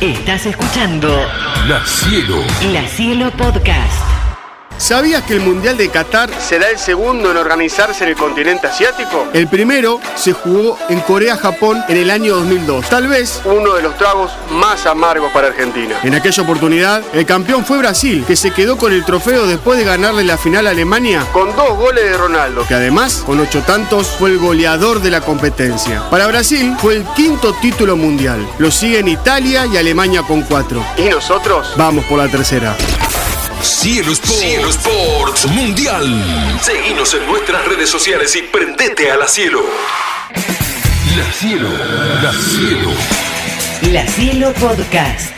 Estás escuchando La Cielo. La Cielo Podcast. ¿Sabías que el Mundial de Qatar será el segundo en organizarse en el continente asiático? El primero se jugó en Corea-Japón en el año 2002, tal vez uno de los tragos más amargos para Argentina. En aquella oportunidad, el campeón fue Brasil, que se quedó con el trofeo después de ganarle la final a Alemania con dos goles de Ronaldo, que además, con ocho tantos, fue el goleador de la competencia. Para Brasil fue el quinto título mundial. Lo siguen Italia y Alemania con cuatro. ¿Y nosotros? Vamos por la tercera. Cielo Sports. Cielo Sports Mundial. Seguinos en nuestras redes sociales y prendete a la Cielo. La Cielo. La Cielo. La Cielo Podcast.